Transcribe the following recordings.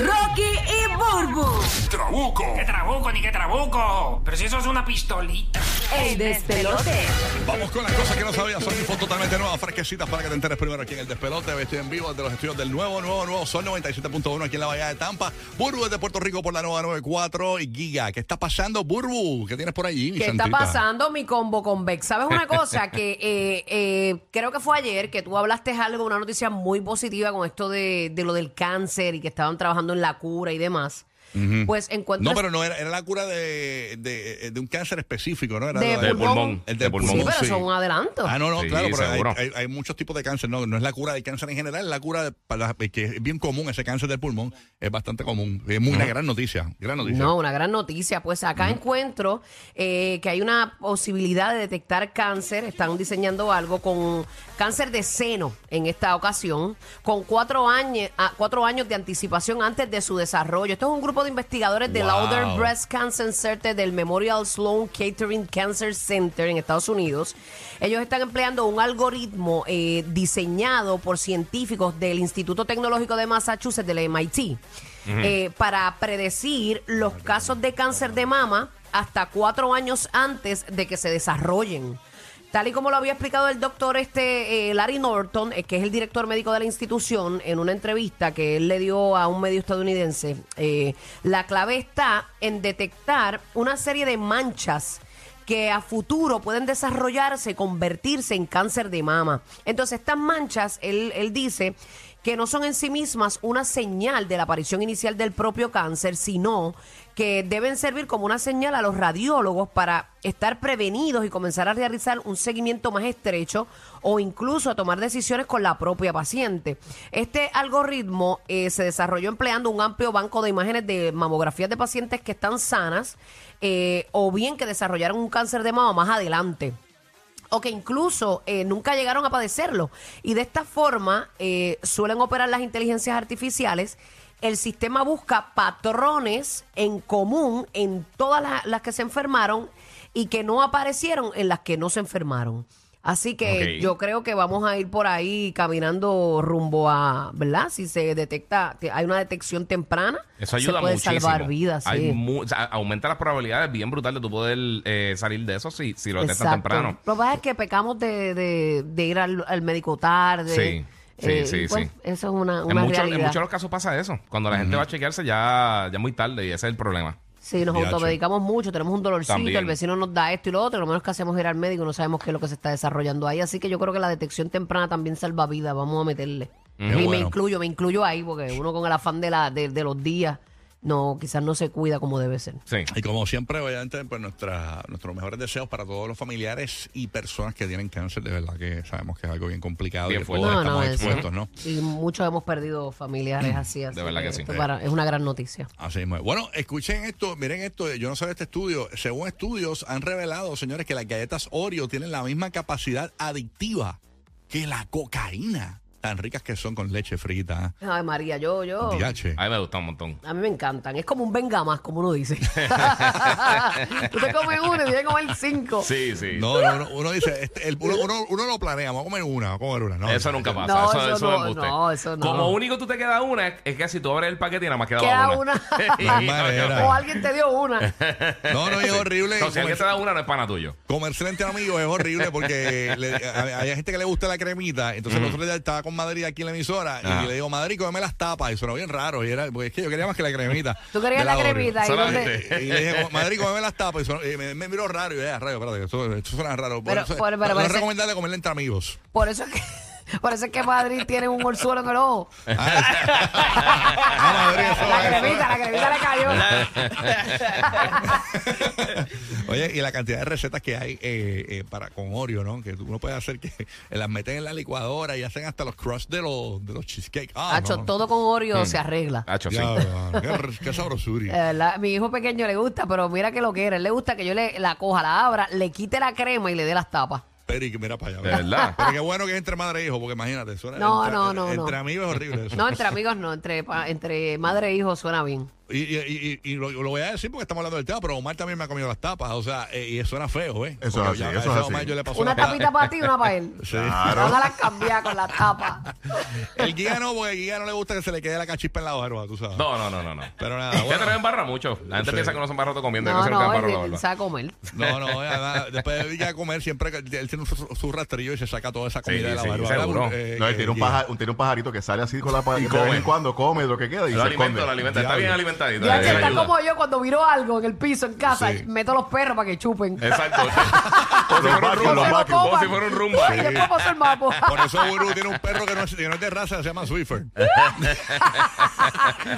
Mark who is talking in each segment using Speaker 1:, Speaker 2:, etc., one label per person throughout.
Speaker 1: Rocky y Burbu,
Speaker 2: ¡Qué trabuco, ni qué trabuco! Pero si eso es una pistolita.
Speaker 1: el despelote.
Speaker 3: Vamos con las cosas que no sabías. Son info totalmente nuevas, fresquecitas para que te enteres primero aquí en el despelote. Estoy en vivo desde los estudios del nuevo, nuevo, nuevo Sol 97.1 aquí en la Bahía de Tampa. Burbu desde Puerto Rico por la nueva 94 y Giga. ¿Qué está pasando, Burbu? ¿Qué tienes por allí, mi
Speaker 1: ¿Qué está
Speaker 3: santita?
Speaker 1: pasando, mi combo convex? ¿Sabes una cosa? que eh, eh, creo que fue ayer que tú hablaste algo, una noticia muy positiva con esto de, de lo del cáncer y que estaban trabajando en la cura y demás. Pues encuentro
Speaker 3: No, pero no, era, era la cura de, de- de un cáncer específico, ¿no? Era
Speaker 1: De
Speaker 3: la-
Speaker 1: pulmón. De pulmón.
Speaker 3: El
Speaker 2: De pulmón.
Speaker 1: Sí, pero
Speaker 3: sí.
Speaker 1: eso es un adelanto.
Speaker 3: Ah, no, no,
Speaker 2: Sí,
Speaker 3: claro, pero hay,
Speaker 2: seguro.
Speaker 3: hay- hay muchos tipos de cáncer. No, no es la cura del cáncer en general, es la cura de- para, que es bien común, ese cáncer del pulmón. Es bastante común. Es muy, una gran noticia. Gran noticia.
Speaker 1: No, una gran noticia. Pues acá encuentro eh, que hay una posibilidad de detectar cáncer. Están diseñando algo con cáncer de seno en esta ocasión, con cuatro, añe- a- cuatro años de anticipación antes de su desarrollo. Esto es un grupo de investigadores del
Speaker 3: Wow.
Speaker 1: Outer Breast Cancer Center del Memorial Sloan Kettering Cancer Center en Estados Unidos. Ellos están empleando un algoritmo eh, diseñado por científicos del Instituto Tecnológico de Massachusetts, del MIT, eh, para predecir los casos de cáncer de mama hasta cuatro años antes de que se desarrollen. Tal y como lo había explicado el doctor este eh, Larry Norton, eh, que es el director médico de la institución, en una entrevista que él le dio a un medio estadounidense, eh, la clave está en detectar una serie de manchas que a futuro pueden desarrollarse, convertirse en cáncer de mama. Entonces, estas manchas, él, él dice que no son en sí mismas una señal de la aparición inicial del propio cáncer, sino que deben servir como una señal a los radiólogos para estar prevenidos y comenzar a realizar un seguimiento más estrecho o incluso a tomar decisiones con la propia paciente. Este algoritmo eh, se desarrolló empleando un amplio banco de imágenes de mamografías de pacientes que están sanas eh, o bien que desarrollaron un cáncer de mama más adelante o que incluso eh, nunca llegaron a padecerlo. Y de esta forma eh, suelen operar las inteligencias artificiales. El sistema busca patrones en común en todas la- las, que se enfermaron y que no aparecieron en las que no se enfermaron. Así que
Speaker 2: Ok.
Speaker 1: yo creo que vamos a ir por ahí caminando rumbo a, ¿verdad? Si se detecta, te- hay una detección temprana,
Speaker 2: Eso ayuda
Speaker 1: se puede
Speaker 2: muchísimo.
Speaker 1: salvar vidas. sí.
Speaker 2: Hay mu- o sea, aumenta las probabilidades bien brutal de tú poder eh, salir de eso si, si lo detectas
Speaker 1: Exacto.
Speaker 2: temprano.
Speaker 1: Lo que pasa es que pecamos de, de- de ir al, al médico tarde.
Speaker 2: Sí, sí,
Speaker 1: Eh,
Speaker 2: sí,
Speaker 1: y pues,
Speaker 2: sí.
Speaker 1: Eso es una,
Speaker 2: En
Speaker 1: una
Speaker 2: muchos- en
Speaker 1: realidad.
Speaker 2: muchos de los casos pasa eso. Cuando la gente va a chequearse ya, ya muy tarde y ese es el problema.
Speaker 1: Sí, nos
Speaker 3: Diache.
Speaker 1: automedicamos mucho, tenemos un dolorcito,
Speaker 2: También.
Speaker 1: el vecino nos da esto y lo otro, lo menos que hacemos es ir al médico, no sabemos qué es lo que se está desarrollando ahí, así que yo creo que la detección temprana también salva vidas, vamos a meterle.
Speaker 3: Qué
Speaker 1: y me
Speaker 3: bueno.
Speaker 1: incluyo, me incluyo ahí, porque uno con el afán de, la, de, de los días, no, quizás no se cuida como debe ser.
Speaker 2: Sí.
Speaker 3: Y como siempre, obviamente, pues nuestra, nuestros mejores deseos para todos los familiares y personas que tienen cáncer, de verdad que sabemos que es algo bien complicado
Speaker 2: Bien
Speaker 3: y que
Speaker 2: fuerte.
Speaker 3: todos
Speaker 1: No,
Speaker 3: estamos
Speaker 1: no, eso-
Speaker 3: expuestos, ¿no?
Speaker 1: Y muchos hemos perdido familiares así, así
Speaker 2: Mm, verdad que sí.
Speaker 1: esto para- es una gran noticia.
Speaker 3: Así mismo es. Bueno, escuchen esto, miren esto, yo no sé de este estudio. Según estudios han revelado, señores, que las galletas Oreo tienen la misma capacidad adictiva que la cocaína, tan ricas que son con leche frita.
Speaker 1: Ay, María, yo, yo.
Speaker 3: DH.
Speaker 2: A mí me gusta un montón.
Speaker 1: A mí me encantan. Es como un venga más, como uno dice. Tú te comes uno y tienes que comer cinco.
Speaker 2: Sí, sí.
Speaker 3: No, no, no, uno dice, este, el- uno, uno, uno lo planea, vamos a comer una, vamos a comer una. No,
Speaker 2: Eso nunca pasa.
Speaker 1: No,
Speaker 2: eso,
Speaker 1: eso
Speaker 2: eso
Speaker 1: no,
Speaker 2: es embuste.
Speaker 1: no, eso no.
Speaker 2: Como único tú te queda una, es que si tú abres el paquete y nada más quedaba
Speaker 1: Queda una.
Speaker 2: una. Sí,
Speaker 3: No hay
Speaker 2: no,
Speaker 3: manera.
Speaker 1: O alguien te dio una.
Speaker 3: No, no, es horrible.
Speaker 2: no, si alguien te da una, no es pana tuyo.
Speaker 3: Comerse entre amigos es horrible porque le- a- hay gente que le gusta la cremita. Entonces, el otro día estaba con Madrid aquí en la emisora
Speaker 2: Mm. Ajá.
Speaker 3: y le digo, Madrid, cómeme las tapas. Y sonó bien raro. Y era, porque es que yo quería más que la cremita.
Speaker 1: Tú querías
Speaker 3: de
Speaker 1: la
Speaker 3: Oreo.
Speaker 1: cremita, ¿y
Speaker 2: Solamente.
Speaker 3: Y le dije, "Oh, Madrid, cómeme las tapas. Y, sonó- y me, me miró raro. Y yo, "Ah, rayo, espérate, que esto, esto suena raro.
Speaker 1: Pero-
Speaker 3: Por
Speaker 1: pero-
Speaker 3: eso-
Speaker 1: pero
Speaker 3: no es
Speaker 1: parece-
Speaker 3: recomendable comerla entre amigos.
Speaker 1: Por eso es que, por eso es que Madrid tiene un orzuelo en el ojo.
Speaker 3: Ah, Madrid, eso
Speaker 1: la
Speaker 3: es, eso
Speaker 1: cremita,
Speaker 3: es.
Speaker 1: la cremita le cayó.
Speaker 3: Oye, y la cantidad de recetas que hay eh, eh, para con Oreo, ¿no? Que uno puede hacer que las meten en la licuadora y hacen hasta los crush de los, de los cheesecake. Ah,
Speaker 1: Hacho,
Speaker 3: no.
Speaker 1: todo con Oreo se arregla.
Speaker 2: Hacho, sí.
Speaker 3: Diablo, qué, r- qué sabrosuri.
Speaker 1: Eh, la- mi hijo pequeño le gusta, pero mira que lo que era. Él le gusta que yo le, la coja, la abra, le quite la crema y le dé las tapas.
Speaker 3: Pero y que mira para allá.
Speaker 2: De
Speaker 3: ¿verdad?
Speaker 2: verdad.
Speaker 3: Pero qué bueno que es entre madre e hijo, porque imagínate, eso era-
Speaker 1: No,
Speaker 3: entre,
Speaker 1: no, no,
Speaker 3: Entre
Speaker 1: no.
Speaker 3: amigos es horrible eso.
Speaker 1: No, entre amigos no, entre, pa- entre madre e hijo suena bien.
Speaker 3: Y, y- y- y- y lo, lo voy a decir porque estamos hablando del tema, pero Omar también me ha comido las tapas, o sea, eh, y eso suena feo, ¿eh?
Speaker 4: Eso
Speaker 3: Porque
Speaker 4: es así, eso
Speaker 3: ya-
Speaker 4: es
Speaker 3: ese
Speaker 4: así.
Speaker 3: Omar yo le paso
Speaker 1: Una
Speaker 3: la-
Speaker 1: tapita para ti y una para él.
Speaker 3: Sí.
Speaker 1: Van a las cambiar con la tapa.
Speaker 3: El guía no, porque el guía no le gusta que se le quede la cachispa en la barba, tú sabes.
Speaker 2: No, no, no, no. no.
Speaker 3: Pero nada,
Speaker 2: Ustedes
Speaker 3: bueno.
Speaker 2: también barra mucho. La gente
Speaker 3: Sí.
Speaker 2: piensa que no son barrotos comiendo. que
Speaker 1: No,
Speaker 2: se lo quedan
Speaker 1: no,
Speaker 2: barro la
Speaker 1: él, él
Speaker 2: barba.
Speaker 1: sabe comer.
Speaker 3: No, no, además, después de ir a comer, siempre que- él tiene su, su rastrillo y se saca toda esa comida
Speaker 2: Sí,
Speaker 3: de la
Speaker 2: sí,
Speaker 3: barba.
Speaker 2: seguro.
Speaker 3: Eh,
Speaker 4: No, él tiene un,
Speaker 3: eh,
Speaker 4: paja- un- tiene un pajarito que sale así con la pa- y
Speaker 2: Y
Speaker 4: de vez
Speaker 2: come.
Speaker 4: en cuando come lo que queda y
Speaker 2: Lo
Speaker 4: se esconde.
Speaker 2: alimento, lo alimento. Está bien
Speaker 3: Diablo.
Speaker 2: alimentadito.
Speaker 1: Ya
Speaker 2: Él
Speaker 1: está
Speaker 2: ayuda.
Speaker 1: como yo cuando miro algo en el piso en casa,
Speaker 3: Sí.
Speaker 1: meto a los perros para que chupen.
Speaker 2: Exacto. Como si
Speaker 4: Los
Speaker 2: fuera
Speaker 4: vacuos,
Speaker 2: un
Speaker 1: No
Speaker 4: los
Speaker 2: rumba.
Speaker 4: vacuos.
Speaker 1: se lo
Speaker 2: Como
Speaker 1: coman.
Speaker 2: si fuera un rumba.
Speaker 1: Y después paso el mapa.
Speaker 3: Por eso Guru tiene un perro que no es, que no es de raza, se llama Swiffer.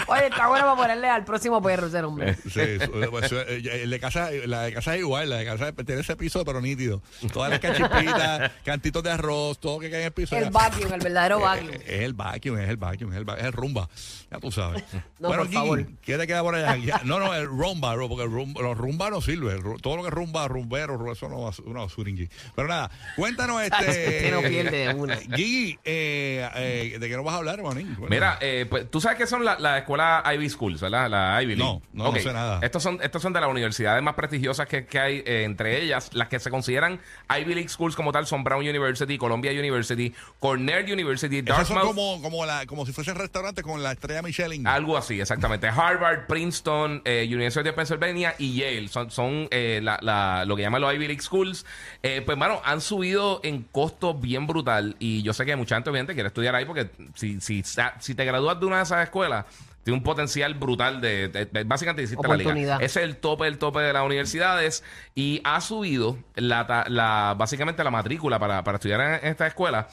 Speaker 1: Oye, está bueno para ponerle al próximo perro ese
Speaker 3: Eh.
Speaker 1: nombre.
Speaker 3: Sí, su- pues, su- eh, el de casa, la de casa es igual, la de casa tiene ese piso, pero nítido. Todas las cachipitas, cantitos de arroz, todo que cae en el piso.
Speaker 1: El
Speaker 3: ya-
Speaker 1: vacuum, el verdadero vacuum.
Speaker 3: Eh, Es el vacuum, es el vacuum, es el, va- es el rumba. Ya tú sabes.
Speaker 1: No, por
Speaker 3: Gui,
Speaker 1: favor.
Speaker 3: ¿qué te queda por allá? Ya- No, no, el rumba, bro, porque el rumba, los rumba no sirve. El ru- Todo lo que es rumba, rumbero, ru- eso no es una basuringui. Pero nada, cuéntanos este.
Speaker 1: Usted no pierde de una.
Speaker 3: Gigi, eh, eh, ¿de qué nos vas a hablar, hermanín? Cuéntanos.
Speaker 2: Mira, eh, pues, tú sabes que son la- las escuelas Ivy Schools, ¿verdad? La Ivy League.
Speaker 3: No, no, no
Speaker 2: Ok.
Speaker 3: sé nada.
Speaker 2: Estos son, estos son de las universidades más prestigiosas que, que hay, eh, entre ellas, las que se consideran Ivy League Schools como tal son Brown University, Columbia University, Cornell University,
Speaker 3: Esas son
Speaker 2: Dartmouth.
Speaker 3: como, como, la, como si fuese el restaurante con la estrella Michelin.
Speaker 2: Algo así, exactamente. Harvard, Princeton, eh, University of Pennsylvania y Yale son, son eh, la- la- lo que llaman los Ivy League Schools. Eh, pues, mano, han subido en costo bien brutal. Y yo sé que mucha gente, obviamente, quiere estudiar ahí porque si, si, sa- si te gradúas de una de esas escuelas, tiene un potencial brutal de, de- de- básicamente, de hiciste la liga.
Speaker 1: Oportunidad.
Speaker 2: Es el tope del tope de las universidades y eh, ha subido la, ta- la- básicamente la matrícula para, para estudiar en, en esta escuela.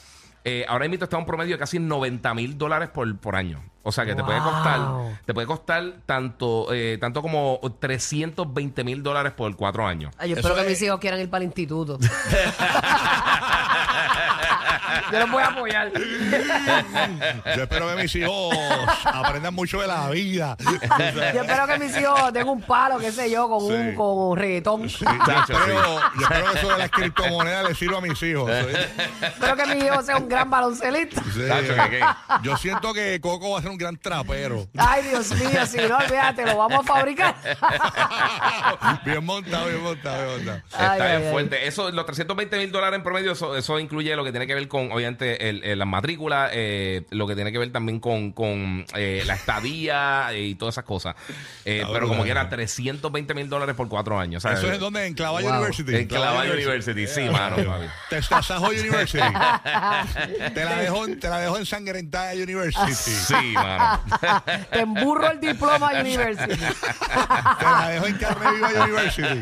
Speaker 2: Eh, ahora mismo está a un promedio de casi 90 mil dólares por, por año. O sea que te puede
Speaker 1: Wow.
Speaker 2: costar te puede costar tanto eh, tanto como 320 mil dólares por cuatro años.
Speaker 1: Ay, Ah, yo
Speaker 3: Eso
Speaker 1: espero que
Speaker 3: es-
Speaker 1: mis hijos quieran ir para el instituto. yo los voy a apoyar.
Speaker 3: Yo espero que mis hijos aprendan mucho de la vida.
Speaker 1: Yo espero que mis hijos tengan un palo, qué sé yo, con
Speaker 3: Sí.
Speaker 1: un con reggaetón.
Speaker 3: Sí, yo, espero, yo espero que eso de las criptomonedas les sirva a mis hijos.
Speaker 1: Espero que mi hijo sea un gran baloncelista.
Speaker 3: Sí.
Speaker 2: Tacho, que qué.
Speaker 3: Yo siento que Coco va a ser un gran trapero.
Speaker 1: Ay, Dios mío, si no, olvídate, lo vamos a fabricar.
Speaker 3: bien montado, bien montado, bien montado.
Speaker 2: Está
Speaker 1: Ay, ay,
Speaker 2: bien
Speaker 1: ay.
Speaker 2: fuerte. Eso, los 320 mil dólares en promedio, eso, eso incluye lo que tiene que ver con, obviamente, el- el- las matrículas, eh, lo que tiene que ver también con, con, eh, la estadía eh, y todas esas cosas. Eh,
Speaker 3: Está
Speaker 2: pero como
Speaker 3: brutal.
Speaker 2: que era 320 mil dólares por cuatro años. ¿sabes?
Speaker 3: Eso es donde en Clavayo
Speaker 1: Wow.
Speaker 3: University.
Speaker 2: En Clavayo University, sí, mano. papi.
Speaker 3: Te Testasajo University. te, la dejo, te la dejo ensangrentada University.
Speaker 2: Sí, mano.
Speaker 1: Te emburro el diploma University.
Speaker 3: Te la dejo en carne viva University.